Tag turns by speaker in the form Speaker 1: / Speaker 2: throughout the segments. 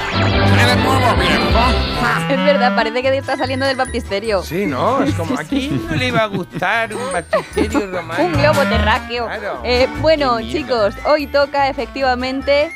Speaker 1: Es verdad, parece que está saliendo del baptisterio.
Speaker 2: Sí, ¿no? Es como, ¿a quién no le va a gustar un baptisterio romano?
Speaker 1: Un globo terráqueo.
Speaker 2: Claro.
Speaker 1: Eh, bueno,
Speaker 2: Qué miedo.
Speaker 1: chicos, hoy toca efectivamente.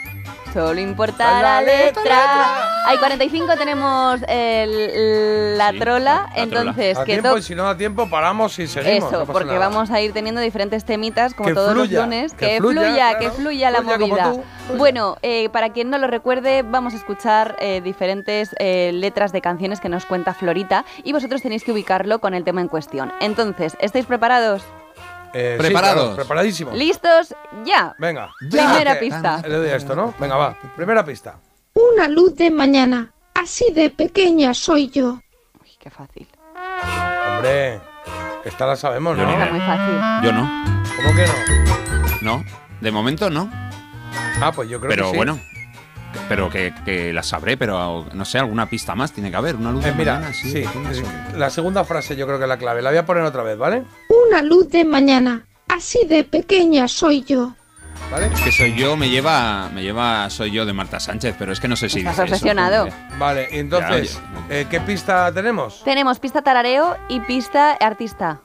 Speaker 1: Solo importa la,
Speaker 2: La
Speaker 1: letra.
Speaker 2: letra.
Speaker 1: Hay 45, tenemos el- la
Speaker 3: Sí,
Speaker 1: trola.
Speaker 3: la trola.
Speaker 1: entonces,
Speaker 2: A
Speaker 1: que
Speaker 2: tiempo,
Speaker 1: to-
Speaker 2: y si no da tiempo, paramos y seguimos.
Speaker 1: Eso,
Speaker 2: no pasa
Speaker 1: porque
Speaker 2: nada.
Speaker 1: vamos a ir teniendo diferentes temitas como
Speaker 2: Que
Speaker 1: todos
Speaker 2: fluya,
Speaker 1: los lunes.
Speaker 2: que
Speaker 1: Que,
Speaker 2: fluya,
Speaker 1: fluya, que
Speaker 2: claro.
Speaker 1: fluya la
Speaker 2: Fluya como
Speaker 1: movida.
Speaker 2: tú, fluya.
Speaker 1: Bueno, eh, para quien no lo recuerde, vamos a escuchar eh, diferentes eh, letras de canciones que nos cuenta Florita y vosotros tenéis que ubicarlo con el tema en cuestión. Entonces, ¿estáis preparados?
Speaker 2: Eh, sí,
Speaker 4: Preparados.
Speaker 2: claro, preparadísimos.
Speaker 1: ¿Listos? ¡Ya!
Speaker 2: Venga.
Speaker 4: Ya.
Speaker 1: Primera
Speaker 2: Que-
Speaker 1: pista.
Speaker 2: Le doy a esto, ¿no? Venga, va. Primera pista.
Speaker 5: Una luz de mañana. Así de pequeña soy yo.
Speaker 1: Uy, qué fácil.
Speaker 2: Hombre, esta la sabemos, ¿no?
Speaker 3: Yo ni
Speaker 1: Está
Speaker 3: idea.
Speaker 1: muy fácil.
Speaker 4: Yo no,
Speaker 2: ¿Cómo que no?
Speaker 4: no. De momento no.
Speaker 2: Ah, pues yo creo que
Speaker 4: pero
Speaker 2: sí.
Speaker 4: bueno. Pero que, que la sabré, pero no sé, alguna pista más tiene que haber. Una luz
Speaker 2: Eh,
Speaker 4: de
Speaker 2: mira,
Speaker 4: mañana, sí,
Speaker 2: sí,
Speaker 4: tiene
Speaker 2: es-
Speaker 4: eso.
Speaker 2: la segunda frase yo creo que es la clave. La voy a poner otra vez, ¿vale?
Speaker 5: Una luz de mañana. Así de pequeña soy yo.
Speaker 2: ¿Vale?
Speaker 4: Que soy yo, me lleva, me lleva Soy yo de Marta Sánchez, pero es que no sé si
Speaker 1: Estás
Speaker 4: dice eso.
Speaker 1: obsesionado.
Speaker 2: Vale, y entonces,
Speaker 4: Ya, oye.
Speaker 2: eh, ¿qué pista tenemos?
Speaker 1: Tenemos pista tarareo y pista artista.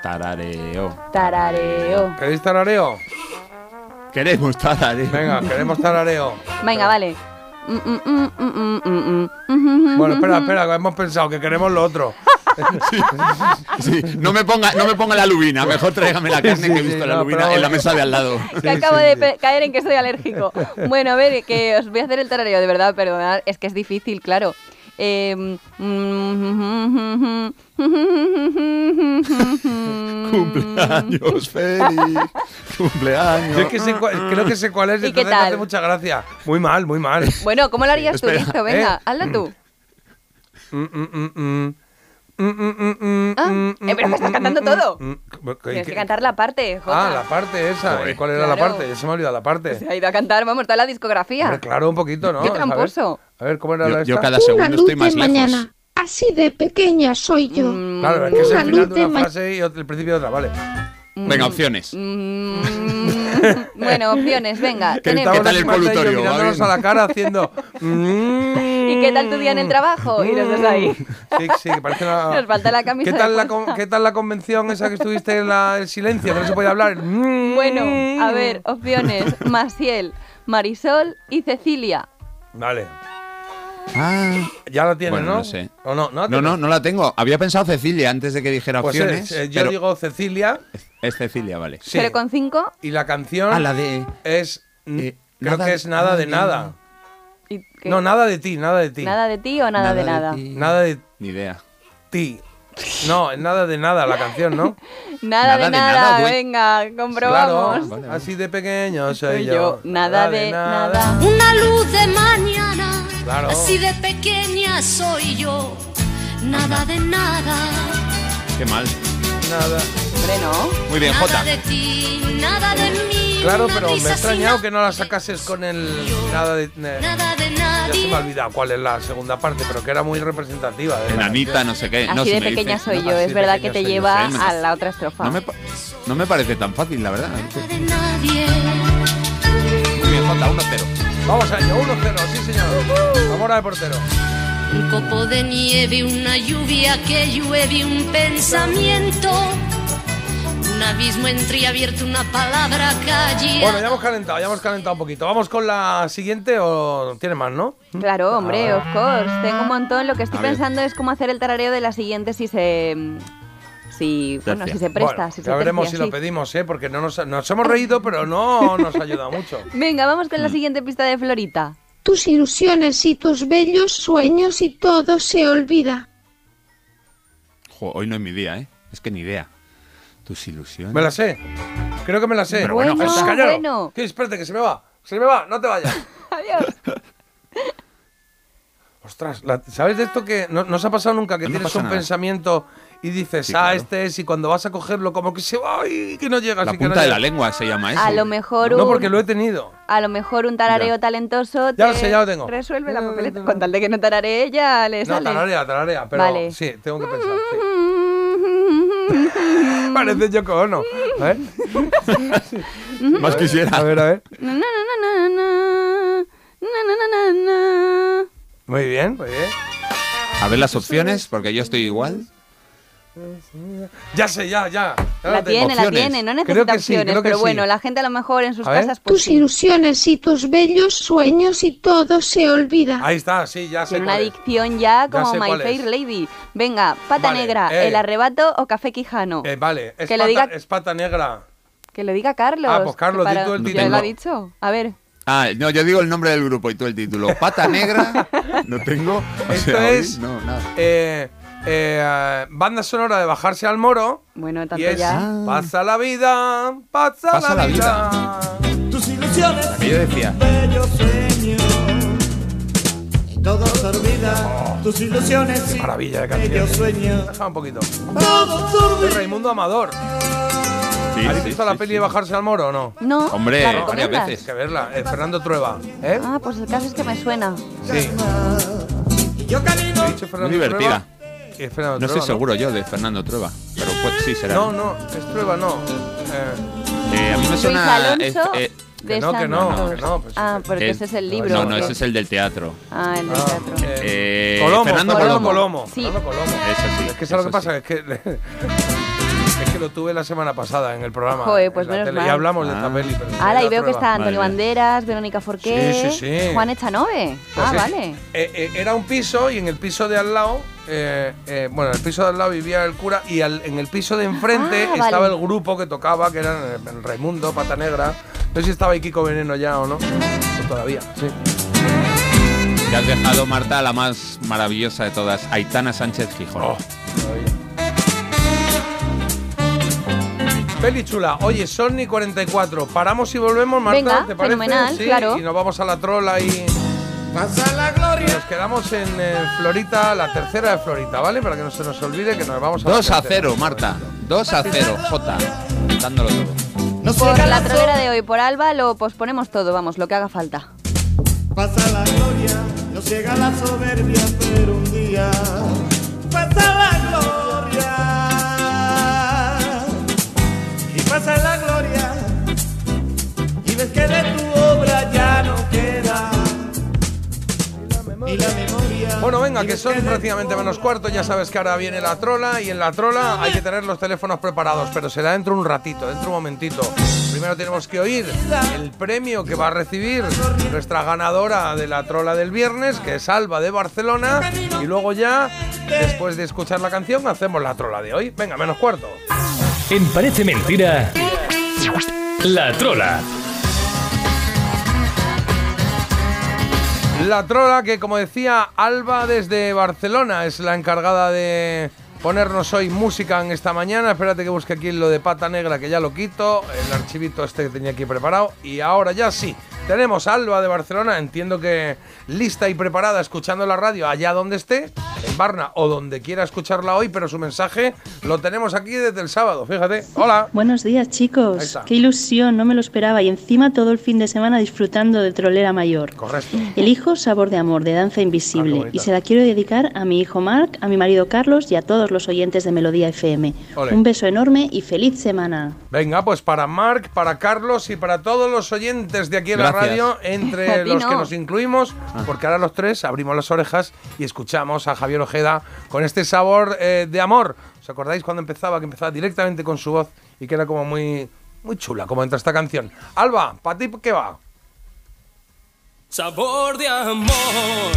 Speaker 4: Tarareo.
Speaker 1: Tarareo.
Speaker 2: ¿Queréis tarareo?
Speaker 4: Queremos tarareo.
Speaker 2: Venga, queremos tarareo.
Speaker 1: Venga, vale. Mm, mm, mm, mm, mm, mm, mm.
Speaker 2: Bueno, espera, espera, que hemos pensado que queremos lo otro.
Speaker 4: Sí, no me ponga, no me ponga la lubina, mejor tráigame la carne
Speaker 2: Sí,
Speaker 4: que he
Speaker 2: sí,
Speaker 4: visto
Speaker 2: sí,
Speaker 4: la
Speaker 2: no,
Speaker 4: lubina
Speaker 2: pero-
Speaker 4: en la mesa de al lado.
Speaker 1: que
Speaker 2: Sí,
Speaker 1: acabo
Speaker 2: sí,
Speaker 1: de
Speaker 2: sí.
Speaker 1: pe- caer en que soy alérgico. Bueno, a ver, que os voy a hacer el tarareo, de verdad, perdonad, es que es difícil, claro. Eh,
Speaker 4: Cumpleaños feliz. Cumpleaños.
Speaker 2: Yo es que sé cuál- creo que sé cuál es,
Speaker 1: ¿Y qué
Speaker 2: entonces me
Speaker 1: tal?
Speaker 2: hace mucha gracia. Muy mal, muy mal.
Speaker 1: bueno, ¿cómo lo harías tú,
Speaker 4: Espera,
Speaker 1: listo? Venga,
Speaker 2: ¿eh?
Speaker 1: hazlo tú.
Speaker 2: Mm, mm, mm, mm. Mm, mm, mm, mm,
Speaker 1: Ah,
Speaker 2: mm,
Speaker 1: eh, pero
Speaker 2: mm,
Speaker 1: que estás
Speaker 2: mm,
Speaker 1: cantando
Speaker 2: mm,
Speaker 1: todo.
Speaker 2: mm, mm. ¿Qué-
Speaker 1: Tienes
Speaker 2: qué-
Speaker 1: que cantar la parte, Jota.
Speaker 2: Ah, la parte esa.
Speaker 4: Joder.
Speaker 2: ¿Y cuál era la
Speaker 1: Claro. Pues
Speaker 2: parte? Ya se me ha olvidado la
Speaker 1: Se
Speaker 2: parte.
Speaker 1: ha ido a cantar, vamos, toda la discografía.
Speaker 2: Hombre, claro, un poquito, ¿no?
Speaker 1: Qué
Speaker 2: A ver,
Speaker 1: tramposo.
Speaker 2: A ver, ¿cómo era la
Speaker 4: Yo, yo
Speaker 2: esta?
Speaker 4: cada
Speaker 5: Una
Speaker 4: segundo
Speaker 5: luz
Speaker 4: estoy
Speaker 5: de
Speaker 4: más lejos.
Speaker 5: mañana. Así de pequeña soy yo.
Speaker 1: Mm,
Speaker 2: Claro, es que es
Speaker 5: Una
Speaker 2: el final
Speaker 5: luz
Speaker 2: de
Speaker 5: de
Speaker 2: una
Speaker 5: ma-
Speaker 2: frase y otro- el principio de otra, vale.
Speaker 4: Venga, opciones.
Speaker 1: mm, bueno, opciones, venga.
Speaker 4: ¿Qué tal-
Speaker 1: tenemos.
Speaker 4: qué tal el
Speaker 2: Marta y yo
Speaker 4: colutorio? Va
Speaker 2: mirándonos a
Speaker 4: bien.
Speaker 2: la cara haciendo... mm.
Speaker 1: ¿Y qué tal tu día en el trabajo? Y los dos ahí.
Speaker 2: Sí, sí, que parece una...
Speaker 1: Nos falta la camisa
Speaker 2: ¿Qué
Speaker 1: de
Speaker 2: tal la,
Speaker 1: fuerza.
Speaker 2: con- ¿Qué tal la convención esa que estuviste en la, el silencio, que no se podía hablar? Mm.
Speaker 1: Bueno, a ver, opciones. Maciel, Marisol y Cecilia.
Speaker 2: Vale,
Speaker 4: Ah.
Speaker 2: ya la tienes,
Speaker 4: Bueno,
Speaker 2: ¿no?
Speaker 4: no sé.
Speaker 2: ¿O no? No,
Speaker 4: No, no, no la tengo. Había pensado Cecilia antes de que dijera
Speaker 2: Pues
Speaker 4: opciones.
Speaker 2: es, eh, yo
Speaker 4: pero
Speaker 2: digo Cecilia
Speaker 4: Es Cecilia, vale.
Speaker 2: sí,
Speaker 1: Pero con cinco
Speaker 2: y la canción
Speaker 4: Ah, la de.
Speaker 2: es... mm,
Speaker 4: eh,
Speaker 2: creo
Speaker 4: nada-
Speaker 2: que es Nada de Nada.
Speaker 1: y qué?
Speaker 2: No, Nada de Ti, Nada de Ti.
Speaker 1: ¿Nada de ti o nada, de nada.
Speaker 4: ti.
Speaker 2: Nada de
Speaker 4: Ni idea.
Speaker 2: Ti. No, es Nada de Nada la canción, ¿no?
Speaker 1: Nada,
Speaker 4: Nada
Speaker 1: de
Speaker 4: de
Speaker 1: nada,
Speaker 4: nada, güey.
Speaker 1: venga, comprobamos.
Speaker 2: Claro,
Speaker 4: Vale, vale.
Speaker 2: así de pequeño soy
Speaker 1: Soy
Speaker 2: yo.
Speaker 1: yo, nada de nada.
Speaker 6: Una luz de mañana,
Speaker 2: Claro.
Speaker 6: así de pequeña soy yo, nada de nada,
Speaker 4: Qué mal.
Speaker 2: nada.
Speaker 1: Hombre, no.
Speaker 4: Muy bien,
Speaker 6: nada
Speaker 4: Jota.
Speaker 6: de ti, nada de mí.
Speaker 2: Claro,
Speaker 6: una
Speaker 2: pero me
Speaker 6: brisa
Speaker 2: ha extrañado
Speaker 6: sin
Speaker 2: que no la sacases con el nada de. ne-
Speaker 6: Nada de
Speaker 2: Ya se me ha
Speaker 6: nadie.
Speaker 2: olvidado cuál es la segunda parte, pero que era muy representativa. de la-
Speaker 4: Enanita, no sé qué.
Speaker 1: Así
Speaker 4: Eh, no, si
Speaker 1: de
Speaker 4: me
Speaker 1: pequeña
Speaker 4: dices-
Speaker 1: soy
Speaker 2: no,
Speaker 1: yo,
Speaker 2: así
Speaker 1: es
Speaker 2: de
Speaker 1: verdad que
Speaker 2: pequeña
Speaker 1: te
Speaker 2: soy yo,
Speaker 1: lleva
Speaker 4: sí, me
Speaker 1: a
Speaker 4: estás-
Speaker 1: la otra estrofa.
Speaker 4: No me, pa- no me parece tan fácil, la verdad. ¿eh?
Speaker 6: Nada de nadie.
Speaker 4: Muy bien, Jota, 1-0.
Speaker 2: Vamos a ello, 1-0, sí señor. Ahora de portero.
Speaker 6: Un copo de nieve, una lluvia que llueve, un pensamiento. Un abismo entreabierto, una palabra callada.
Speaker 2: Bueno, ya hemos calentado, ya hemos calentado un poquito. Vamos con la siguiente o tiene más, ¿no?
Speaker 1: Claro, hombre, of course. Tengo un montón. Lo que estoy
Speaker 4: A ver.
Speaker 1: pensando es cómo hacer el tarareo de la siguiente si se. Si, bueno,
Speaker 4: Tercia.
Speaker 1: si se presta,
Speaker 2: Bueno,
Speaker 1: si se
Speaker 2: ya veremos si
Speaker 1: tercia,
Speaker 2: lo
Speaker 1: sí.
Speaker 2: pedimos, ¿eh? Porque no nos, nos hemos reído, pero no nos ha ayudado mucho.
Speaker 1: Venga, vamos
Speaker 4: Mm.
Speaker 1: con la siguiente pista de Florita.
Speaker 5: Tus ilusiones y tus bellos sueños y todo se olvida.
Speaker 4: Jo, hoy no es mi día, ¿eh? Es que ni idea. Tus ilusiones.
Speaker 2: Me la sé. Creo que me la sé.
Speaker 4: Pero bueno,
Speaker 2: Jesús,
Speaker 1: Bueno,
Speaker 2: cállalo.
Speaker 1: bueno.
Speaker 2: Que espérate, que se me va. Se me va, no te vayas.
Speaker 1: Adiós.
Speaker 2: Ostras, la- ¿sabes de esto que no, no os ha pasado nunca? Que
Speaker 4: No
Speaker 2: tienes
Speaker 4: pasa
Speaker 2: un
Speaker 4: nada.
Speaker 2: pensamiento y dices,
Speaker 4: Sí,
Speaker 2: ah,
Speaker 4: claro.
Speaker 2: este es, y cuando vas a cogerlo, como que se va y que no llegas.
Speaker 4: La
Speaker 2: y que no
Speaker 4: punta de la
Speaker 2: llegas.
Speaker 4: lengua se llama eso.
Speaker 1: A lo mejor un.
Speaker 2: No, porque lo he tenido.
Speaker 1: A lo mejor un tarareo
Speaker 4: Ya.
Speaker 1: talentoso
Speaker 2: Ya lo sé, ya lo tengo.
Speaker 1: resuelve la papeleta. Con tal de que no tararee, ya le
Speaker 2: No,
Speaker 1: sale.
Speaker 2: tararea, tararea, pero
Speaker 1: Vale.
Speaker 2: sí, tengo que pensar. sí. Parece Yoko Ono. A ver,
Speaker 4: Más
Speaker 2: a
Speaker 4: quisiera.
Speaker 2: ver, a ver.
Speaker 1: Na, na, na, na, na. Na, na, na, na, na.
Speaker 2: Muy bien, muy bien.
Speaker 4: A A ver las opciones, porque yo estoy igual.
Speaker 2: Ya sé, ya, ya. Ya
Speaker 1: La
Speaker 2: lo tengo.
Speaker 1: tiene, la
Speaker 4: opciones.
Speaker 1: tiene, no
Speaker 2: Creo
Speaker 1: necesita
Speaker 2: que sí,
Speaker 1: opciones,
Speaker 2: creo que
Speaker 1: pero
Speaker 2: sí.
Speaker 1: bueno, la gente a lo mejor en sus
Speaker 2: A ver.
Speaker 1: casas pues
Speaker 5: Tus
Speaker 1: sí,
Speaker 5: ilusiones y tus bellos sueños y todo se olvida.
Speaker 2: Ahí está, sí, ya sé.
Speaker 1: tiene una
Speaker 2: cuál es.
Speaker 1: adicción ya como
Speaker 2: sé
Speaker 1: My
Speaker 2: cuál
Speaker 1: Fair
Speaker 2: es.
Speaker 1: Lady. Venga, pata
Speaker 2: Vale,
Speaker 1: negra,
Speaker 2: eh.
Speaker 1: el arrebato o café quijano.
Speaker 2: Eh, vale, es
Speaker 1: Que lo
Speaker 2: pata,
Speaker 1: diga-
Speaker 2: es pata negra.
Speaker 1: que lo diga Carlos.
Speaker 2: Ah, pues, Carlos,
Speaker 1: que
Speaker 2: di tú el
Speaker 1: ya
Speaker 4: título.
Speaker 1: lo ha dicho. A ver,
Speaker 4: Ah, no, yo digo el nombre del grupo y tú el título. Pata negra, no tengo. O
Speaker 2: Esto
Speaker 4: sea, hoy
Speaker 2: es-
Speaker 4: No, nada.
Speaker 2: Eh, eh, banda sonora de bajarse al moro.
Speaker 1: bueno,
Speaker 2: Y
Speaker 1: tanto
Speaker 2: es
Speaker 1: ya.
Speaker 4: Ah.
Speaker 2: pasa la vida, pasa,
Speaker 4: Pasa
Speaker 2: la
Speaker 4: la
Speaker 2: vida.
Speaker 3: Tus ilusiones
Speaker 4: Que yo decía,
Speaker 3: bellos sueños. Todo se olvida, tus ilusiones y
Speaker 2: Maravilla de canción.
Speaker 3: bellos sueños.
Speaker 2: Deja un poquito.
Speaker 3: Todo se
Speaker 2: De
Speaker 3: olvida.
Speaker 2: Raimundo Amador.
Speaker 4: sí,
Speaker 2: ¿Has
Speaker 4: sí,
Speaker 2: visto
Speaker 4: sí,
Speaker 2: la
Speaker 4: sí.
Speaker 2: peli de bajarse al moro o no?
Speaker 1: No,
Speaker 4: Hombre,
Speaker 1: ¿la
Speaker 4: varias
Speaker 1: recomiendas?
Speaker 2: Tienes que verla. Eh, Fernando Trueba. ¿Eh?
Speaker 1: Ah, pues el caso es que me suena.
Speaker 2: Sí.
Speaker 3: Y yo camino.
Speaker 2: He dicho Fernando
Speaker 4: Muy divertida.
Speaker 2: Trueba y es Fernando
Speaker 4: No estoy
Speaker 2: Trueba,
Speaker 4: seguro yo de Fernando Trueba, pero pues sí será.
Speaker 2: No, no, no, es Trueba, no. Eh,
Speaker 4: Eh, a mí me
Speaker 1: Luis
Speaker 4: suena.
Speaker 1: Alonso
Speaker 4: eh, eh,
Speaker 1: de
Speaker 2: que no, que
Speaker 1: San
Speaker 2: no,
Speaker 1: Marcos.
Speaker 2: que no, pues,
Speaker 1: ah,
Speaker 2: eh,
Speaker 1: porque
Speaker 4: el-
Speaker 1: ese es el libro.
Speaker 4: No, no,
Speaker 1: que-
Speaker 4: ese es el del teatro.
Speaker 1: Ah, el del
Speaker 2: ah,
Speaker 1: teatro.
Speaker 2: eh,
Speaker 4: Eh,
Speaker 2: Colomo,
Speaker 4: Fernando
Speaker 2: Fernando
Speaker 4: Colomo.
Speaker 2: Colomo.
Speaker 1: Sí.
Speaker 2: Fernando Colomo.
Speaker 4: Eso sí,
Speaker 2: Es que ¿sabes lo que
Speaker 4: eso sí.
Speaker 2: pasa? Es que. Es que lo tuve la semana pasada en el programa.
Speaker 1: Joder, pues
Speaker 2: en la
Speaker 1: menos
Speaker 2: tele,
Speaker 1: mal.
Speaker 2: Y hablamos de esta
Speaker 4: Ah.
Speaker 2: peli. pero
Speaker 1: Ahora, y veo
Speaker 2: Fernando
Speaker 1: que
Speaker 2: Trueba.
Speaker 1: está Antonio
Speaker 4: Madre
Speaker 1: Banderas, Verónica Forqué,
Speaker 2: Sí, sí, sí.
Speaker 1: Juan Echanove.
Speaker 2: Pues
Speaker 1: ah,
Speaker 2: sí.
Speaker 1: vale.
Speaker 2: Eh, eh, era un piso y en el piso de al lado, eh, eh, bueno, en el piso de al lado vivía el cura y al- en el piso de enfrente
Speaker 1: Ah, vale.
Speaker 2: estaba el grupo que tocaba, que eran eh, el Raimundo, Pata Negra. No sé si estaba ahí Kiko Veneno ya o no. O todavía, sí.
Speaker 4: Te has dejado, Marta, a la más maravillosa de todas, Aitana Sánchez Gijón.
Speaker 2: Oh, todavía. Peli chula. Oye, son ni 44. Paramos y volvemos, Marta,
Speaker 1: Venga,
Speaker 2: ¿te parece?
Speaker 1: fenomenal,
Speaker 2: Sí,
Speaker 1: claro.
Speaker 2: Y nos vamos a la trola y
Speaker 3: Pasa la gloria.
Speaker 2: nos quedamos en eh, Florita, la tercera de Florita, ¿vale? Para que no se nos olvide que nos vamos a la
Speaker 4: 2 a
Speaker 2: tercera.
Speaker 4: 0, Marta. 2 a
Speaker 1: Pues
Speaker 4: 0, J. Dándolo todo.
Speaker 3: No
Speaker 1: Por
Speaker 3: será
Speaker 1: la
Speaker 3: sol,
Speaker 1: trolera de hoy, por Alba, lo posponemos todo, vamos, lo que haga falta.
Speaker 3: Pasa la gloria, no llega la soberbia, pero un día pasa la gloria. Y pasa la gloria, y ves que de tu obra ya no queda ni la memoria.
Speaker 2: Bueno, venga,
Speaker 3: y
Speaker 2: que
Speaker 3: ves
Speaker 2: son
Speaker 3: de tu
Speaker 2: prácticamente menos cuarto. Ya sabes que ahora viene la trola y en la trola hay que tener los teléfonos preparados, pero será dentro un ratito, dentro un momentito. Primero tenemos que oír el premio que va a recibir nuestra ganadora de la trola del viernes, que es Alba de Barcelona. Y luego ya, después de escuchar la canción, hacemos la trola de hoy. Venga, menos cuarto.
Speaker 7: En Parece Mentira, La Trola.
Speaker 2: La trola que, como decía Alba desde Barcelona, es la encargada de ponernos hoy música en esta mañana. Espérate que busque aquí lo de pata negra, que ya lo quito, el archivito este que tenía aquí preparado. Y ahora ya sí, tenemos a Alba de Barcelona, entiendo que lista y preparada, escuchando la radio allá donde esté, en Barna o donde quiera escucharla hoy, pero su mensaje lo tenemos aquí desde el sábado, fíjate. Hola.
Speaker 8: Buenos días,
Speaker 2: Ahí
Speaker 8: chicos.
Speaker 2: está.
Speaker 8: Qué ilusión, no me lo esperaba. Y encima todo el fin de semana disfrutando de Trolera Mayor.
Speaker 2: Correcto.
Speaker 8: Elijo Sabor de Amor de
Speaker 2: Ah,
Speaker 8: Danza
Speaker 2: qué
Speaker 8: Invisible
Speaker 2: bonita.
Speaker 8: y se la quiero dedicar a mi hijo Mark, a mi marido Carlos y a todos los oyentes de Melodía FM.
Speaker 2: Ole.
Speaker 8: Un beso enorme y feliz semana.
Speaker 2: Venga, pues para Marc, para Carlos y para todos los oyentes de aquí en la
Speaker 4: Gracias.
Speaker 2: radio, entre
Speaker 1: A ti
Speaker 2: los que
Speaker 1: no.
Speaker 2: nos incluimos, porque ahora los tres abrimos las orejas y escuchamos a Javier Ojeda con este sabor eh, de amor. ¿Os acordáis cuando empezaba? Que empezaba directamente con su voz y que era como muy, muy chula, como entra esta canción. Alba, ¿para ti qué va?
Speaker 9: Sabor de amor,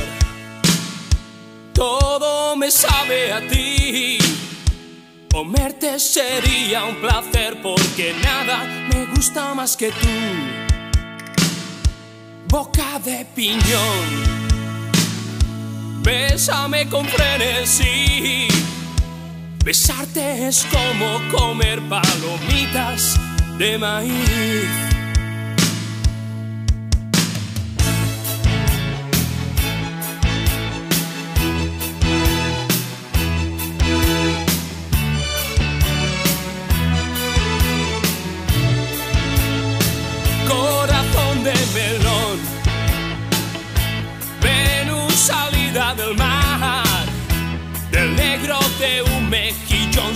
Speaker 9: todo me sabe a ti. Comerte sería un placer porque nada me gusta más que tú. Boca de piñón, bésame con frenesí. Besarte es como comer palomitas de maíz. corazón de melón. Venus salida del mar, del negro de un mejillón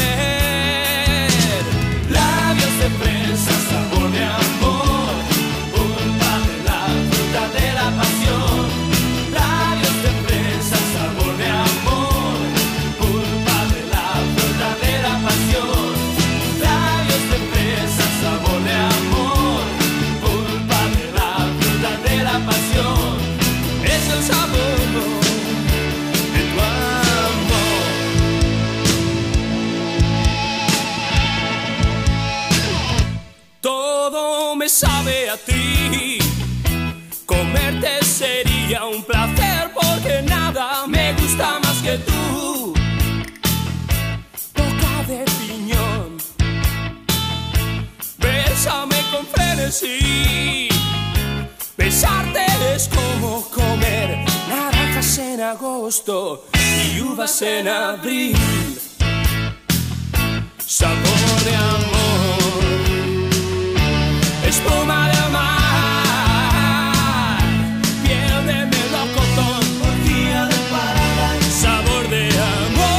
Speaker 9: Labios de fresa, sabor de amor, culpa de la fruta de la pasión. Labios de fresa, sabor de amor, culpa de la fruta de la pasión. Labios de fresa, sabor de amor, culpa de la fruta de la pasión. Es el sabor de tu amor. Todo me sabe a ti. Comerte sería un placer porque nada me gusta más que tú. Boca de piñón. Bésame con frenesí. Besarte es como comer naranjas en agosto y uvas en abril. Sabor de amor espuma de mar, piel de melocotón, día de parada, sabor de amor.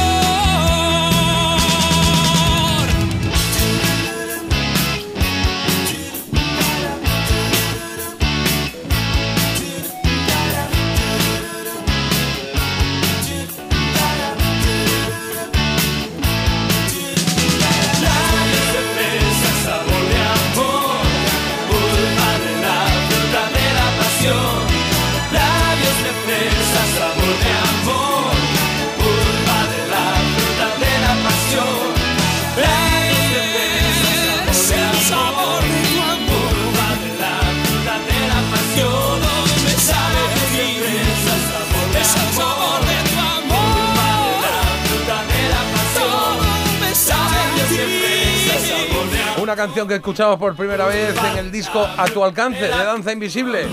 Speaker 9: Es el sabor de tu amor, de la fruta de la pasión. Todo me sabe a ti, es el sabor de tu amor, de la fruta de la pasión. Todo me sabe a ti, es el sabor de
Speaker 2: Una canción que escuchamos por primera vez en el disco A tu alcance de Danza Invisible.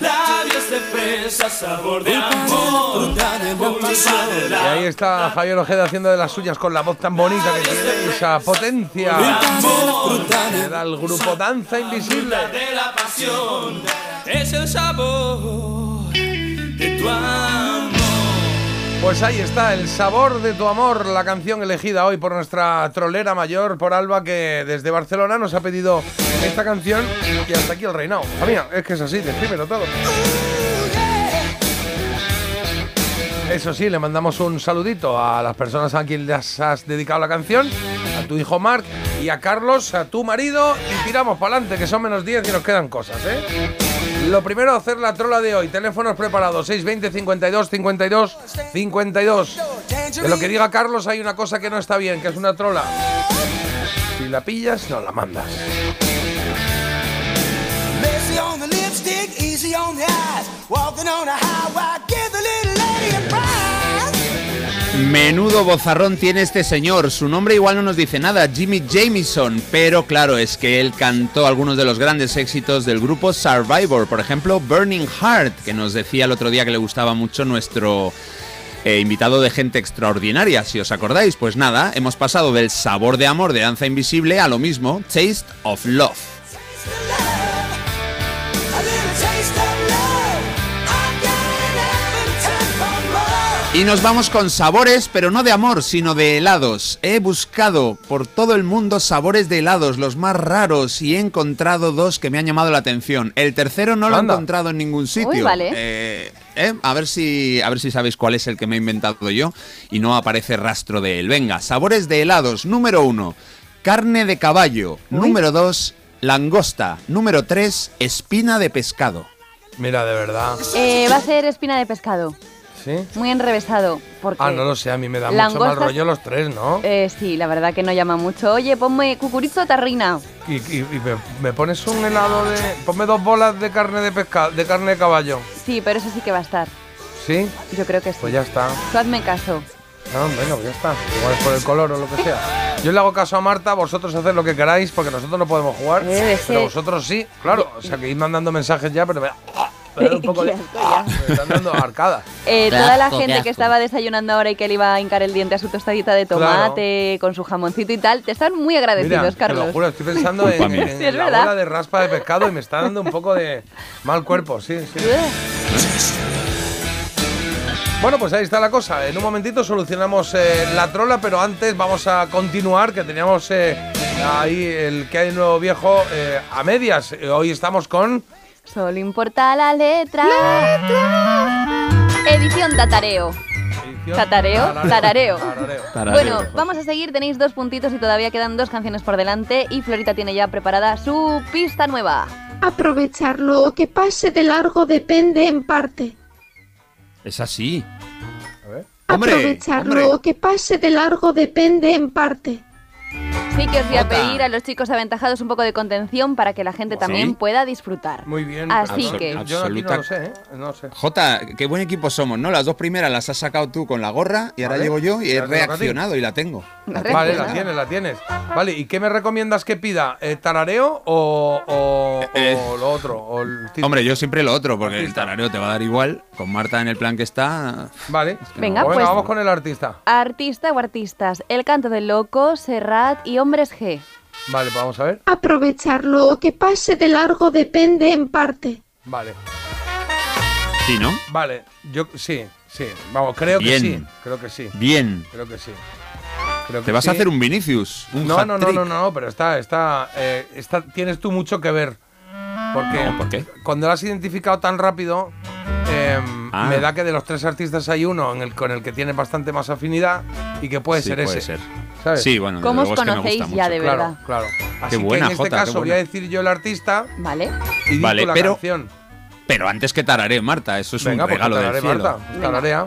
Speaker 9: Labios de fresa, sabor de amor, culpa de
Speaker 2: Y
Speaker 9: la
Speaker 2: ahí está Javier Ojeda haciendo de las suyas con la voz tan bonita que tiene, esa potencia que da el grupo Danza Invisible.
Speaker 9: de la pasión, es el sabor de tu amor.
Speaker 2: Pues ahí está, El sabor de tu amor, la canción elegida hoy por nuestra trolera mayor, por Alba, que desde Barcelona nos ha pedido esta canción y hasta aquí el reinado. Mía, es que es así, descríbelo todo. Eso sí, le mandamos un saludito a las personas a quien les has dedicado la canción, a tu hijo Marc y a Carlos, a tu marido, y tiramos para adelante, que son menos 10 y nos quedan cosas, ¿eh? Lo primero, hacer la trola de hoy. Teléfonos preparados, 620 52 52 52. De lo que diga Carlos hay una cosa que no está bien, que es una trola. Si la pillas, no la mandas.
Speaker 3: Lazy on the lipstick, easy on the eyes. Walking on a highway, give the little lady a prize.
Speaker 4: Menudo bozarrón tiene este señor. Su nombre igual no nos dice nada, Jimmy Jamison. Pero claro, es que él cantó algunos de los grandes éxitos del grupo Survivor. Por ejemplo, Burning Heart, que nos decía el otro día que le gustaba mucho nuestro eh, invitado de gente extraordinaria, si os acordáis. Pues nada, hemos pasado del sabor de amor de Danza Invisible a lo mismo, Taste of Love.
Speaker 3: Taste of love, a little taste of love. I got it up and time for more.
Speaker 4: Y nos vamos con sabores, pero no de amor, sino de helados. He buscado por todo el mundo sabores de helados, los más raros, y he encontrado dos que me han llamado la atención. El tercero no lo he
Speaker 2: Anda.
Speaker 4: encontrado en ningún sitio.
Speaker 1: Uy, vale.
Speaker 4: Eh, eh, a, ver si, a ver si sabéis cuál es el que me he inventado yo y no aparece rastro de él. Venga, sabores de helados. Número uno, carne de caballo. Número dos, langosta. Número tres, espina de pescado.
Speaker 2: Mira, de verdad.
Speaker 1: Eh, va a ser espina de pescado,
Speaker 2: ¿Sí?
Speaker 1: muy enrevesado. Porque,
Speaker 2: Ah, no lo sé, a mí me da mucho
Speaker 1: Langostas-
Speaker 2: mal rollo los tres, ¿no?
Speaker 1: eh, sí, la verdad que no llama mucho. Oye, ponme cucurizo tarrina.
Speaker 2: Y, y- y me, me pones un helado de. Ponme dos bolas de carne de pescado, de carne de caballo.
Speaker 1: Sí, pero eso sí que va a estar.
Speaker 2: ¿Sí?
Speaker 1: Yo creo que sí.
Speaker 2: Pues ya está.
Speaker 1: Tú hazme caso.
Speaker 2: Ah, venga, pues ya está. Igual es por el color o lo que sea. Yo le hago caso a Marta, vosotros haced lo que queráis, porque nosotros no podemos jugar.
Speaker 1: Eh, es
Speaker 2: pero
Speaker 1: que-
Speaker 2: vosotros sí, claro. O sea, que ir mandando mensajes ya, pero me da, ah, me da un poco de. Ah,
Speaker 1: Qué asco ya.
Speaker 2: Me están dando arcadas.
Speaker 1: Eh,
Speaker 10: Qué
Speaker 1: toda la
Speaker 10: asco, qué
Speaker 1: gente que
Speaker 10: asco.
Speaker 1: estaba desayunando ahora y que le iba a hincar el diente a su tostadita de tomate con su jamoncito y tal, te están muy agradecidos,
Speaker 2: Mira, te
Speaker 1: Carlos.
Speaker 2: lo juro, estoy pensando en,
Speaker 4: Culpa mía.
Speaker 2: en
Speaker 1: Sí, es
Speaker 2: la
Speaker 1: verdad.
Speaker 2: bola de raspa de pescado y me está dando un poco de mal cuerpo, sí, sí.
Speaker 1: Ugh.
Speaker 2: Bueno, pues ahí está la cosa. En un momentito solucionamos eh, la trola, pero antes vamos a continuar, que teníamos eh, ahí el que hay nuevo viejo eh, a medias. Eh, Hoy estamos con...
Speaker 1: Solo importa la letra. Edición tatareo. Tatareo, tarareo.
Speaker 2: Tarareo.
Speaker 4: Tarareo,
Speaker 1: Bueno,
Speaker 4: mejor.
Speaker 1: vamos a seguir. Tenéis dos puntitos y todavía quedan dos canciones por delante. Y Florita tiene ya preparada su pista nueva.
Speaker 5: Aprovecharlo o que pase de largo depende en parte.
Speaker 4: Es así.
Speaker 2: A ver.
Speaker 4: Hombre,
Speaker 5: Aprovecharlo
Speaker 4: hombre.
Speaker 5: o que pase de largo depende en parte.
Speaker 1: Sí que os voy a
Speaker 4: Jota.
Speaker 1: pedir a los chicos aventajados un poco de contención para que la gente también pueda disfrutar.
Speaker 2: Muy bien.
Speaker 1: Así
Speaker 2: perfecto.
Speaker 1: que-
Speaker 2: Yo- Yo aquí no
Speaker 4: Absoluta-
Speaker 2: lo sé, ¿eh? No sé.
Speaker 4: Jota, qué buen equipo somos, ¿no? Las dos primeras las has sacado tú con la gorra y ahora
Speaker 2: Vale.
Speaker 4: llego yo y
Speaker 2: Ya
Speaker 4: he
Speaker 2: te toca a ti.
Speaker 4: reaccionado y la tengo.
Speaker 1: La
Speaker 2: Vale,
Speaker 1: recuerda.
Speaker 2: la tienes, la tienes. Vale, ¿y qué me recomiendas que pida? Eh, ¿Tarareo o, o-
Speaker 4: Eh,
Speaker 2: o lo otro? O el título?
Speaker 4: Hombre, yo siempre lo otro, porque el
Speaker 2: Artista.
Speaker 4: tarareo te va a dar igual. Con Marta en el plan que está.
Speaker 2: Vale.
Speaker 1: Venga, pues-
Speaker 2: vamos con el artista.
Speaker 1: Artista o artistas, El Canto del Loco, Serrat y Hombres G.
Speaker 2: Vale, pues vamos a ver.
Speaker 5: Aprovecharlo o que pase de largo depende en parte.
Speaker 2: Vale.
Speaker 4: Sí, ¿no?
Speaker 2: Vale, yo sí, sí. Vamos, creo
Speaker 4: Bien.
Speaker 2: que sí. Creo que sí.
Speaker 4: Bien.
Speaker 2: Creo que sí. Creo
Speaker 4: Te
Speaker 2: que
Speaker 4: vas a
Speaker 2: sí.
Speaker 4: hacer un Vinicius. Un
Speaker 2: No, no, no,
Speaker 4: hat-trick.
Speaker 2: no, no, no, pero está, está, eh, está- tienes tú mucho que ver. Porque
Speaker 4: No, ¿por qué?
Speaker 2: cuando lo has identificado tan rápido, em,
Speaker 4: Ah.
Speaker 2: me da que de los tres artistas hay uno en el, con el que tienes bastante más afinidad y que puede
Speaker 4: Sí,
Speaker 2: ser
Speaker 4: puede
Speaker 2: ese.
Speaker 4: ser.
Speaker 2: ¿sabes?
Speaker 4: Sí, bueno, desde
Speaker 1: ¿Cómo os
Speaker 4: luego es que me
Speaker 1: conocéis
Speaker 4: gusta
Speaker 1: ya
Speaker 4: mucho.
Speaker 1: de
Speaker 2: claro,
Speaker 1: verdad?
Speaker 2: claro. Así
Speaker 4: buena,
Speaker 2: que en este
Speaker 4: Jota, qué
Speaker 2: caso voy a
Speaker 4: buena.
Speaker 2: decir yo el artista
Speaker 1: ¿Vale?
Speaker 2: y digo
Speaker 4: Vale,
Speaker 2: la
Speaker 4: pero-
Speaker 2: canción.
Speaker 4: Pero antes que tararé, Marta, eso es
Speaker 2: Venga,
Speaker 4: un
Speaker 2: pues
Speaker 4: regalo
Speaker 2: tararea,
Speaker 4: del cielo.
Speaker 2: Marta, ¿eh? tararea.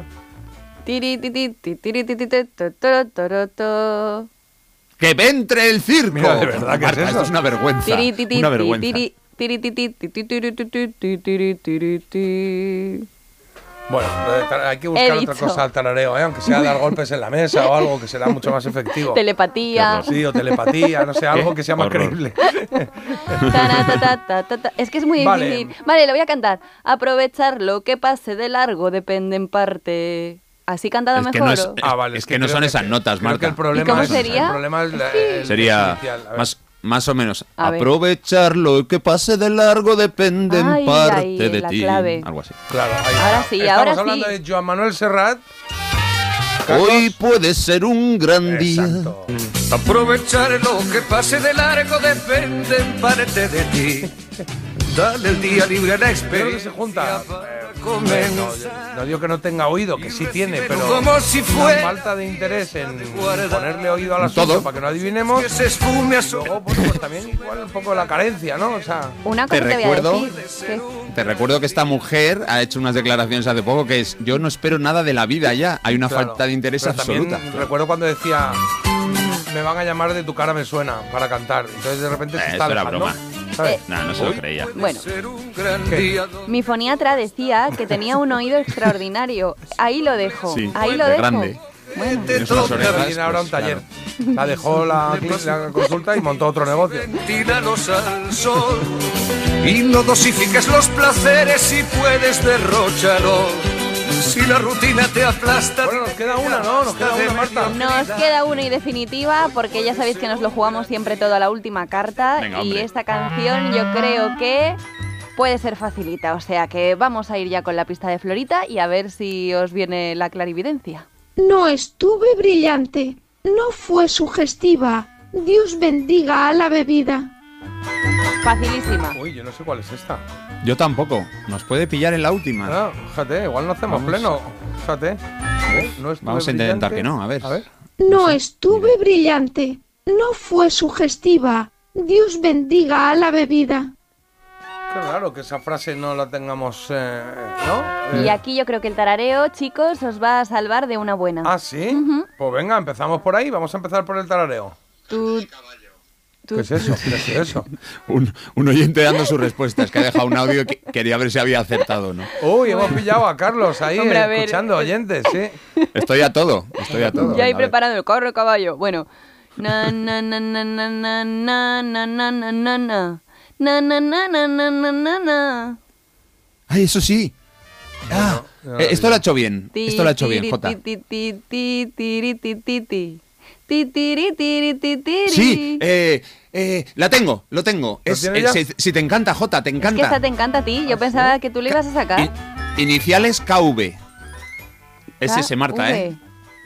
Speaker 1: Tiri, ti, ti, ti, tiri, ti, ti, ti, to, toro, toro, to.
Speaker 4: ¡Que entre el circo!
Speaker 2: Mira, de verdad, ¿qué es
Speaker 4: Marta,
Speaker 2: eso?
Speaker 4: Esto es una vergüenza.
Speaker 1: Tiri, ti, ti,
Speaker 4: Una
Speaker 1: ti,
Speaker 4: vergüenza.
Speaker 1: tiri, tiri, ti, ti, ti, ti, tiri, ti, ti, ti, tiri, tiri, ti.
Speaker 2: Bueno, lo de tar- hay que buscar otra
Speaker 1: dicho.
Speaker 2: cosa al tarareo, ¿eh? aunque sea dar golpes en la mesa o algo que será mucho más efectivo.
Speaker 1: Telepatía.
Speaker 2: Sí, o telepatía, no sé, algo que sea más
Speaker 4: Horror.
Speaker 2: creíble.
Speaker 1: Tana, ta, ta, ta, ta, ta. Es que es muy
Speaker 2: Vale.
Speaker 1: difícil. Vale, lo voy a cantar. Aprovechar lo que pase de largo depende en parte. Así cantada
Speaker 4: Es
Speaker 1: mejor.
Speaker 4: que no es-
Speaker 1: ¿o?
Speaker 4: Ah, vale, es que no
Speaker 2: creo
Speaker 4: son esas notas,
Speaker 2: creo
Speaker 4: Marta.
Speaker 2: que el problema
Speaker 1: ¿Y cómo
Speaker 2: es-
Speaker 1: sería?
Speaker 2: El problema es la- el-
Speaker 4: Sería
Speaker 2: es inicial, a ver.
Speaker 4: más, más o menos.
Speaker 1: A ver.
Speaker 4: Aprovecharlo, que pase de largo depende
Speaker 1: Ay,
Speaker 4: en parte
Speaker 1: ahí,
Speaker 4: de
Speaker 1: la
Speaker 4: ti.
Speaker 1: clave.
Speaker 4: Algo así.
Speaker 2: Claro, ahí está.
Speaker 1: Ahora sí,
Speaker 2: Estamos
Speaker 1: ahora
Speaker 2: hablando
Speaker 1: sí.
Speaker 2: de Joan Manuel Serrat. Carlos.
Speaker 4: Hoy puede ser un gran día.
Speaker 2: Exacto.
Speaker 9: Aprovechar lo que pase de largo depende en parte de ti. Dale el día libre a la
Speaker 2: Creo que se
Speaker 9: experiencia.
Speaker 2: junta. eh,
Speaker 9: comer.
Speaker 2: no, yo- no digo que no tenga oído, que sí tiene, pero
Speaker 9: Como si
Speaker 2: la
Speaker 9: fuera
Speaker 2: falta de interés en ponerle oído al asunto
Speaker 4: Todo.
Speaker 2: para que no adivinemos.
Speaker 9: que se esfume a su...
Speaker 2: Luego, bueno, pues también igual un poco la carencia, ¿no? O sea,
Speaker 1: Una
Speaker 4: Te
Speaker 1: cosa te,
Speaker 4: recuerdo-
Speaker 1: voy a decir. ¿qué?
Speaker 4: Te recuerdo que esta mujer ha hecho unas declaraciones hace poco que es yo no espero nada de la vida ya. Hay una
Speaker 2: claro.
Speaker 4: falta de interés
Speaker 2: Pero también
Speaker 4: absoluta.
Speaker 2: Recuerdo cuando decía me van a llamar de tu cara me suena para cantar. Entonces de repente se
Speaker 4: Eh,
Speaker 2: está
Speaker 4: eso era
Speaker 2: alejando,
Speaker 4: broma.
Speaker 2: ¿sabes?
Speaker 1: Eh,
Speaker 4: No, no se lo creía.
Speaker 1: Bueno,
Speaker 9: Ser un gran
Speaker 2: ¿Qué?
Speaker 9: día.
Speaker 1: mi foniatra decía que tenía un oído extraordinario. Ahí lo dejo.
Speaker 4: Sí,
Speaker 1: ahí lo
Speaker 4: de
Speaker 1: dejo.
Speaker 4: grande.
Speaker 1: Bueno,
Speaker 9: Te
Speaker 4: Tienes unas
Speaker 9: toca
Speaker 4: orejas,
Speaker 2: Alguien habrá un
Speaker 4: pues,
Speaker 2: taller.
Speaker 4: claro.
Speaker 2: La dejó la, la consulta y montó otro negocio.
Speaker 9: Tíralos al sol y no dosifiques los placeres si puedes derróchalo. Si la rutina te aplasta.
Speaker 2: Bueno, nos queda una, ¿no? Nos queda una, Marta.
Speaker 1: Nos queda una y definitiva porque ya sabéis que nos lo jugamos siempre todo a la última carta
Speaker 4: Venga,
Speaker 1: y
Speaker 4: hombre.
Speaker 1: esta canción yo creo que puede ser facilita, o sea que vamos a ir ya con la pista de Florita y a ver si os viene la clarividencia.
Speaker 5: No estuve brillante, no fue sugestiva. Dios bendiga a la bebida.
Speaker 1: Facilísima.
Speaker 2: Uy, yo no sé cuál es esta.
Speaker 4: Yo tampoco. Nos puede pillar en la última.
Speaker 2: Ah, fíjate, igual no hacemos
Speaker 4: Vamos.
Speaker 2: pleno. Fíjate. Eh, No estuve
Speaker 4: Vamos a intentar
Speaker 2: brillante.
Speaker 4: que no, a ver.
Speaker 2: A ver.
Speaker 5: No estuve brillante, no fue sugestiva. Dios bendiga a la bebida.
Speaker 2: Qué raro que esa frase no la tengamos, eh, ¿no?
Speaker 1: Y
Speaker 2: Eh,
Speaker 1: aquí yo creo que el tarareo, chicos, os va a salvar de una buena.
Speaker 2: Ah, sí.
Speaker 1: Ujú.
Speaker 2: Pues venga, empezamos por ahí. Vamos a empezar por el tarareo.
Speaker 1: Tú- tú- Pues
Speaker 2: ¿Qué es eso? ¿Qué es eso?
Speaker 4: Un, un oyente dando sus respuestas, que ha dejado un audio que quería ver si había acertado o no.
Speaker 2: Uy, hemos pillado a Carlos ahí
Speaker 1: Hombre, a ver. eh,
Speaker 2: escuchando oyentes, sí.
Speaker 4: Estoy a todo, estoy a todo.
Speaker 1: Ya he
Speaker 4: A ver.
Speaker 1: preparado el corre caballo. Bueno. Na na na na na na na na na na na na na na na na na na na na
Speaker 4: Ay, eso sí. Ah,
Speaker 2: no, no,
Speaker 4: eh, esto lo ha hecho bien. Esto lo ha hecho bien, Jota. Sí, eh, eh, la tengo, lo tengo.
Speaker 2: ¿Lo
Speaker 4: Es-
Speaker 2: tiene
Speaker 4: eh,
Speaker 2: ya?
Speaker 4: si, si te encanta, Ah, Jota, te
Speaker 1: Es que
Speaker 4: encanta.
Speaker 1: esta te encanta a ti. Yo pensaba que tú le ibas a sacar.
Speaker 4: I- iniciales KV. Es ese, Marta,
Speaker 1: KV.
Speaker 4: ¿eh?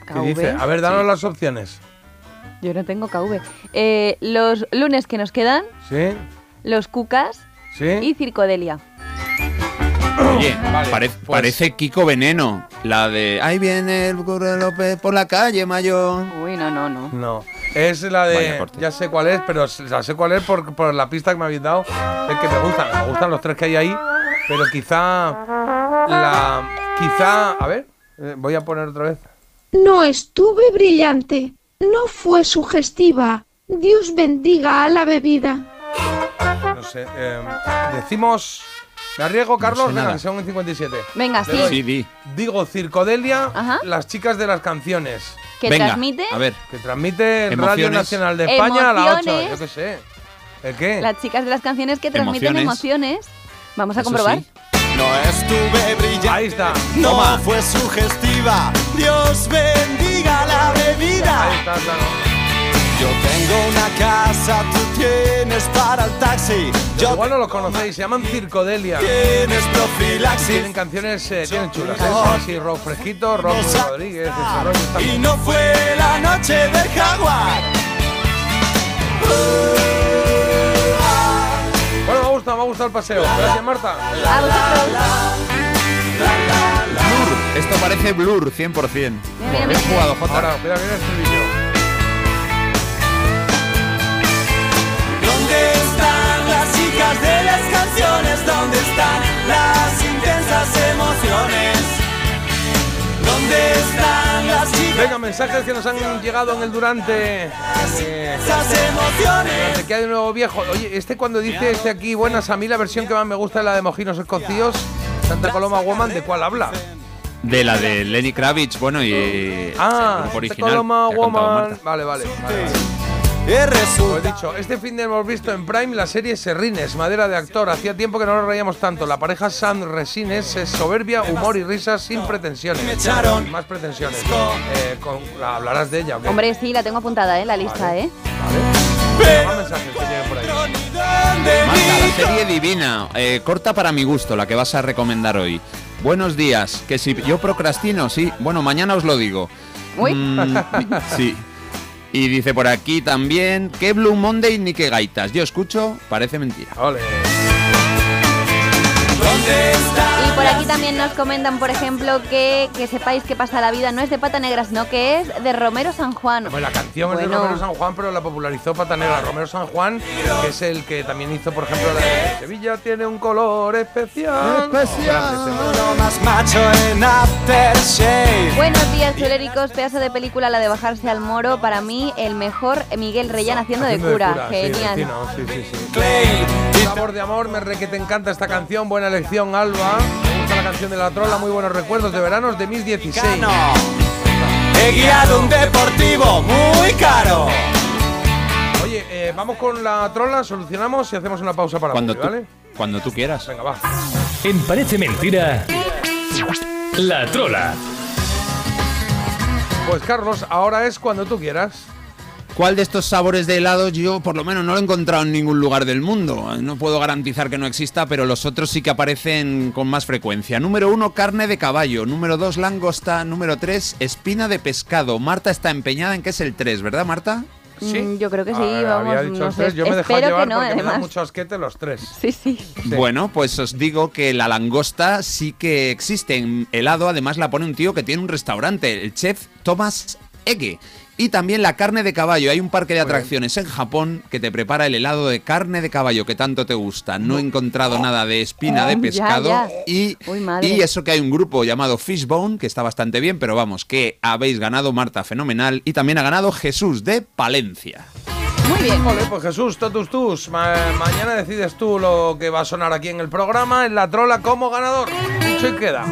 Speaker 4: Ah.
Speaker 2: ¿Qué dice?
Speaker 1: KV.
Speaker 2: A ver, danos las opciones.
Speaker 1: Yo no tengo KV. Eh, los lunes que nos quedan,
Speaker 2: ¿Sí?
Speaker 1: los cucas
Speaker 4: ¿Eh?
Speaker 2: ¿Sí?
Speaker 1: y circodelia.
Speaker 4: Oye,
Speaker 2: Vale,
Speaker 4: pare-
Speaker 2: pues-
Speaker 4: parece Kiko Veneno. La de Ahí viene el Curro López por la calle, Mayo.
Speaker 1: Uy, no, no, no.
Speaker 2: No. Es la
Speaker 4: Vaya
Speaker 2: de.
Speaker 4: corte.
Speaker 2: Ya sé cuál es, pero s- la sé cuál es por, por la pista que me habéis dado. Es que me gustan. Me gustan los tres que hay ahí. Pero quizá. La. Quizá. A ver. eh, Voy a poner otra vez.
Speaker 5: No estuve brillante. No fue sugestiva. Dios bendiga a la bebida.
Speaker 2: No sé. eh, decimos. Me arriesgo, Carlos.
Speaker 4: sé
Speaker 2: venga,
Speaker 4: nada.
Speaker 2: que sea un 57.
Speaker 1: Venga,
Speaker 2: Le
Speaker 1: sí.
Speaker 2: doy.
Speaker 4: Sí, di.
Speaker 2: Digo, Circodelia,
Speaker 1: Ajá.
Speaker 2: las chicas de las canciones.
Speaker 1: Que
Speaker 4: Venga,
Speaker 1: transmite
Speaker 4: A ver.
Speaker 2: Que transmite en Radio
Speaker 4: Emociones.
Speaker 2: Nacional de España a las 8.
Speaker 1: Emociones.
Speaker 2: Yo qué sé. ¿El qué?
Speaker 1: las chicas de las canciones que transmiten
Speaker 4: Emociones.
Speaker 1: emociones. Vamos a
Speaker 4: Eso
Speaker 1: comprobar.
Speaker 4: sí.
Speaker 9: No estuve brillante.
Speaker 2: Ahí está.
Speaker 9: No
Speaker 4: Toma.
Speaker 9: fue sugestiva. Dios bendiga la bebida.
Speaker 2: Ahí está, claro.
Speaker 9: Yo tengo una casa, tú tienes para el taxi. Yo
Speaker 2: Igual no los conocéis, se llaman Circodelia.
Speaker 9: tienes
Speaker 2: Y
Speaker 9: profilaxis.
Speaker 2: Tienen canciones, eh, tienen chulas, ¿eh? Son así, rock fresquito, rock
Speaker 9: Nos ha-
Speaker 2: Rodríguez, ese rollo está
Speaker 9: Y
Speaker 2: bien.
Speaker 9: no fue la noche del jaguar. Uh, ah,
Speaker 2: Bueno, me ha gustado, me ha gustado el paseo. Gracias, Marta.
Speaker 1: A vosotros.
Speaker 4: Blur. Esto parece Blur, 100%.
Speaker 1: Mira, mira, mira.
Speaker 4: Bien jugado, Jota.
Speaker 2: Ahora, mira, mira este el estribillo.
Speaker 9: ¿Dónde están las chicas de las canciones? ¿Dónde están las intensas emociones? ¿Dónde están las chicas
Speaker 2: Venga, mensajes que nos han llegado en el durante. Eh,
Speaker 9: las emociones?
Speaker 2: de que hay un nuevo viejo. Oye, este cuando dice este aquí, buenas, a mí la versión que más me gusta es la de Mojinos Escocíos, Santa Coloma Woman, ¿de cuál habla?
Speaker 4: De la de Lenny Kravitz, bueno, y. eh, el
Speaker 2: Ah,
Speaker 4: grupo
Speaker 2: Santa
Speaker 4: original.
Speaker 2: Coloma
Speaker 4: que ha contado
Speaker 2: Woman.
Speaker 4: Marta.
Speaker 2: Vale, vale. vale, vale.
Speaker 9: Y
Speaker 2: Lo he
Speaker 9: resulta
Speaker 2: dicho, este fin de hemos visto en Prime la serie Serrines, madera de actor. Hacía tiempo que no nos reíamos tanto. La pareja San Resines es soberbia, humor y risas sin
Speaker 9: me
Speaker 2: pretensiones.
Speaker 9: echaron.
Speaker 2: Más pretensiones. Eh, con- la- hablarás de ella, ¿ok?
Speaker 1: Hombre, sí, la tengo apuntada, ¿eh? La lista, ¿eh?
Speaker 2: Venga, más mensajes que lleguen por ahí.
Speaker 4: Marta, la serie divina. eh, corta para mi gusto, la que vas a recomendar hoy. Buenos días. Que si yo procrastino, sí. Bueno, mañana os lo digo.
Speaker 1: Uy.
Speaker 4: Mm, sí. Y dice por aquí también, que Blue Monday ni que gaitas. Yo escucho, parece mentira.
Speaker 2: Ole.
Speaker 9: ¿Dónde están?
Speaker 1: Y por aquí también nos comentan, por ejemplo, que, que sepáis que pasa la vida no es de pata negra, sino que es de Romero San Juan.
Speaker 2: Bueno, la canción es de
Speaker 1: Bueno.
Speaker 2: Romero San Juan, pero la popularizó Patanera. Romero San Juan, que es el que también hizo, por ejemplo, la de Sevilla tiene un color especial. este Especial.
Speaker 9: Lo más macho en Aftershave.
Speaker 1: Buenos días, choléricos. Pedazo de película, la de bajarse al moro. Para mí, el mejor Miguel Reyán haciendo de cura. Genial.
Speaker 2: Sí, sí, sí.
Speaker 9: Clay.
Speaker 2: Sabor de amor, me re que te encanta esta canción, buena elección Alba. Me gusta la canción de la trola, muy buenos recuerdos de veranos de mis 16.
Speaker 9: Cano. He guiado un deportivo muy caro.
Speaker 2: Oye, eh, vamos con la trola, solucionamos y hacemos una pausa para
Speaker 4: Cuando
Speaker 2: Publi,
Speaker 4: tú,
Speaker 2: ¿vale?
Speaker 4: cuando tú quieras.
Speaker 2: Venga, va.
Speaker 7: En Parece Mentira, La Trola.
Speaker 2: Pues Carlos, ahora es cuando tú quieras.
Speaker 4: ¿Cuál de estos sabores de helado yo por lo menos no lo he encontrado en ningún lugar del mundo? No puedo garantizar que no exista, pero los otros sí que aparecen con más frecuencia. Número uno, carne de caballo. Número dos, langosta. Número tres, espina de pescado. Marta está empeñada en que es el tres, ¿verdad, Marta?
Speaker 2: Sí.
Speaker 1: Mm, yo creo que sí,
Speaker 2: Ah,
Speaker 1: vamos,
Speaker 2: Había dicho
Speaker 1: no
Speaker 2: los tres,
Speaker 1: sé,
Speaker 2: yo me he dejado
Speaker 1: espero que
Speaker 2: llevar
Speaker 1: no,
Speaker 2: porque me dan
Speaker 1: además.
Speaker 2: mucho asquete los tres.
Speaker 1: Sí, sí.
Speaker 2: Sí.
Speaker 4: Bueno, pues os digo que la langosta sí que existe en helado, además la pone un tío que tiene un restaurante, el chef Thomas Ege. Y también la carne de caballo. Hay un parque de atracciones en Japón que te prepara el helado de carne de caballo que tanto te gusta. No he encontrado nada de espina de
Speaker 1: Ah, Ya,
Speaker 4: pescado.
Speaker 1: ya.
Speaker 4: Y,
Speaker 1: Uy, madre.
Speaker 4: y eso que hay un grupo llamado Fishbone que está bastante bien, pero vamos, que habéis ganado Marta, fenomenal. Y también ha ganado Jesús de Palencia.
Speaker 1: Muy bien.
Speaker 2: Vale, pues Jesús, totus tus. Ma- mañana decides tú lo que va a sonar aquí en el programa, en la trola como ganador. Dicho y queda.